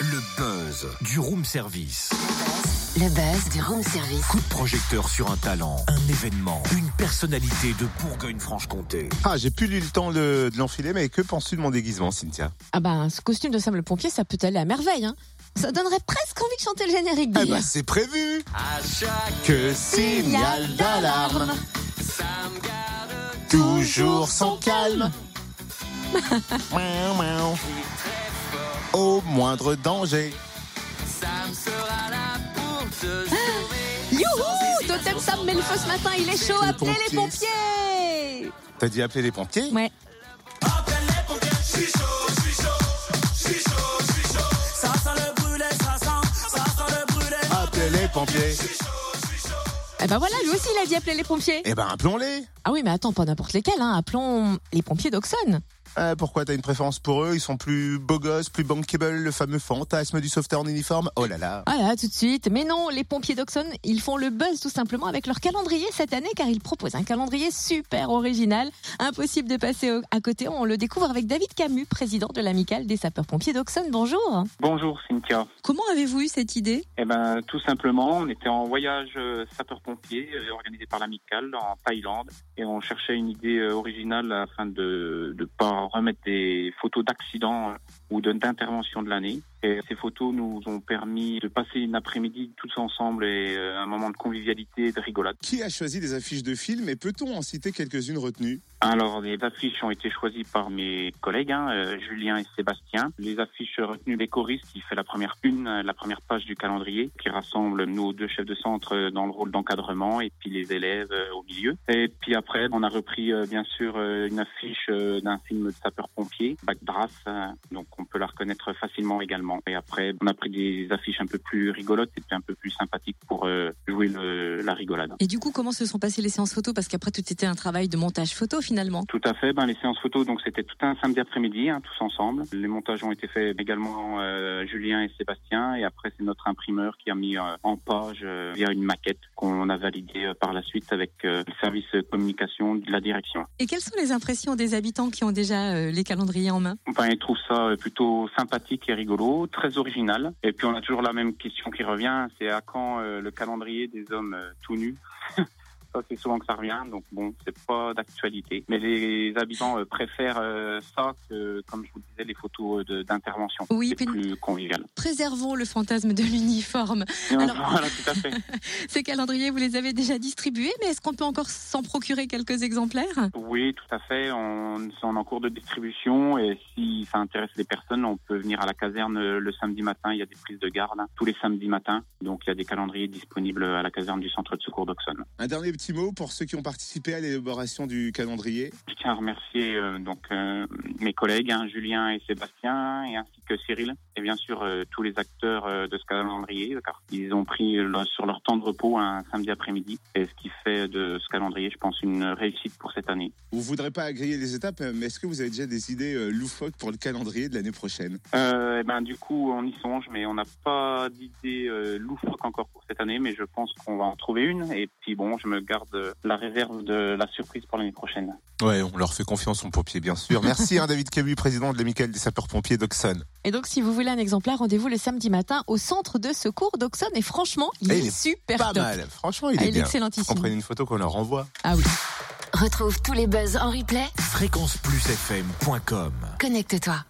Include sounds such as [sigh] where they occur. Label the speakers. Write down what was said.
Speaker 1: Le buzz du room service.
Speaker 2: Le buzz du room service.
Speaker 1: Coup de projecteur sur un talent, un événement, une personnalité de Bourgogne-Franche-Comté.
Speaker 3: Ah, j'ai plus eu le temps de, de l'enfiler, mais que penses-tu de mon déguisement, Cynthia
Speaker 4: Ah ben, ce costume de Sam le pompier, ça peut aller à merveille. Hein. Ça donnerait presque envie de chanter le générique.
Speaker 3: Eh
Speaker 4: Bill.
Speaker 3: ben, c'est prévu
Speaker 1: À chaque
Speaker 3: Que
Speaker 4: Signal d'alarme,
Speaker 3: toujours sans calme [laughs] Miaou, miaou. Au moindre danger
Speaker 4: Youhou Totem Sam met le feu ce matin, il est chaud,
Speaker 3: Les
Speaker 4: appelez les
Speaker 3: pompiers.
Speaker 4: pompiers
Speaker 3: T'as dit appeler les pompiers
Speaker 4: Ouais.
Speaker 3: Appelez les pompiers
Speaker 4: Eh ben voilà, lui aussi il a dit appeler les pompiers.
Speaker 3: Eh ben, appelons-les
Speaker 4: Ah oui, mais attends, pas n'importe lesquels, hein. appelons les pompiers d'Auxonne.
Speaker 3: Euh, Pourquoi t'as une préférence pour eux Ils sont plus beaux gosses, plus bankable, le fameux fantasme du sauveteur en uniforme Oh là là
Speaker 4: Ah là, tout de suite. Mais non, les pompiers d'Auxonne, ils font le buzz tout simplement avec leur calendrier cette année car ils proposent un calendrier super original. Impossible de passer au- à côté. On le découvre avec David Camus, président de l'amicale des sapeurs-pompiers d'Auxonne. Bonjour.
Speaker 5: Bonjour Cynthia.
Speaker 4: Comment avez-vous eu cette idée
Speaker 5: Eh ben tout simplement, on était en voyage euh, sapeur-pompier euh, organisé par l'amicale en Thaïlande et on cherchait une idée euh, originale afin de ne pas remettre des photos d'accidents euh, ou de- d'interventions de l'année. Et ces photos nous ont permis de passer une après-midi tous ensemble et euh, un moment de convivialité et de rigolade.
Speaker 3: Qui a choisi des affiches de films et peut-on en citer quelques-unes retenues
Speaker 5: Alors, les affiches ont été choisies par mes collègues, hein, euh, Julien et Sébastien. Les affiches retenues les choristes, qui fait la première une, euh, la première page du calendrier, qui rassemble nos deux chefs de centre euh, dans le rôle d'encadrement et puis les élèves euh, au milieu. Et puis après, on a repris euh, bien sûr euh, une affiche euh, d'un film de sapeurs-pompiers, Backdrass, euh, donc on peut la reconnaître facilement également. Et après, on a pris des affiches un peu plus rigolotes et puis un peu plus sympathiques pour euh, jouer le- la rigolade.
Speaker 4: Et du coup, comment se sont passées les séances photo Parce qu'après tout, c'était un travail de montage photo finalement.
Speaker 5: Tout à fait. Ben, les séances photos, donc c'était tout un samedi après-midi, hein, tous ensemble. Les montages ont été faits également euh, Julien et Sébastien, et après c'est notre imprimeur qui a mis euh, en page euh, via une maquette qu'on a validée euh, par la suite avec euh, le service communication de la direction.
Speaker 4: Et quelles sont les impressions des habitants qui ont déjà euh, les calendriers en main
Speaker 5: Ben, ils trouvent ça euh, plutôt sympathique et rigolo, très original. Et puis on a toujours la même question qui revient, c'est à quand euh, le calendrier des hommes euh, tout nus [laughs] Ça c'est souvent que ça revient, donc bon, c'est pas d'actualité. Mais les habitants euh, préfèrent euh, ça que, comme je vous disais, les photos euh, de- d'intervention.
Speaker 4: Oui,
Speaker 5: c'est
Speaker 4: puis-
Speaker 5: plus convivial.
Speaker 4: Préservons le fantasme de l'uniforme.
Speaker 5: Et on-
Speaker 4: Alors-
Speaker 5: [laughs] Voilà, tout à fait.
Speaker 4: Ces calendriers, vous les avez déjà distribués, mais est-ce qu'on peut encore s'en procurer quelques exemplaires
Speaker 5: Oui, tout à fait. On c'est en cours de distribution et si ça intéresse les personnes, on peut venir à la caserne euh, le samedi matin. Il y a des prises de garde hein, tous les samedis matins. Donc il y a des calendriers disponibles à la caserne du centre de secours d'Auxonne.
Speaker 3: Un dernier petit mot pour ceux qui ont participé à l'élaboration du calendrier.
Speaker 5: Je tiens à remercier euh, donc euh, mes collègues hein, Julien et Sébastien et ainsi que Cyril et bien sûr euh, tous les acteurs euh, de ce calendrier car ils ont pris euh, leur- sur leur temps de repos un samedi après-midi et ce qui fait de ce calendrier je pense une réussite pour cette année.
Speaker 3: Vous ne voudrez pas griller les étapes, mais est-ce que vous avez déjà des idées euh, loufoques pour le calendrier de l'année prochaine
Speaker 5: Euh, eh ben, du coup, on y songe, mais on n'a pas d'idée euh, loufoque encore pour cette année, mais je pense qu'on va en trouver une. Et puis bon, je me garde euh, la réserve de la surprise pour l'année prochaine.
Speaker 3: Ouais, on leur fait confiance en pompiers, bien sûr. Merci, hein, David Camus, président de l'amicale des sapeurs-pompiers d'Auxonne.
Speaker 4: Et donc, si vous voulez un exemplaire, rendez-vous le samedi matin au centre de secours d'Auxonne. Et franchement, il,
Speaker 3: Et
Speaker 4: est,
Speaker 3: Eh, il est
Speaker 4: super
Speaker 3: Pas
Speaker 4: top.
Speaker 3: mal, franchement, il
Speaker 4: Ah, il
Speaker 3: est
Speaker 4: est
Speaker 3: bien. On
Speaker 4: excellentissime.
Speaker 3: prenne une photo qu'on leur envoie.
Speaker 4: Ah oui.
Speaker 2: Retrouve tous les buzz en replay.
Speaker 1: Fréquence plus FM.com.
Speaker 2: Connecte-toi.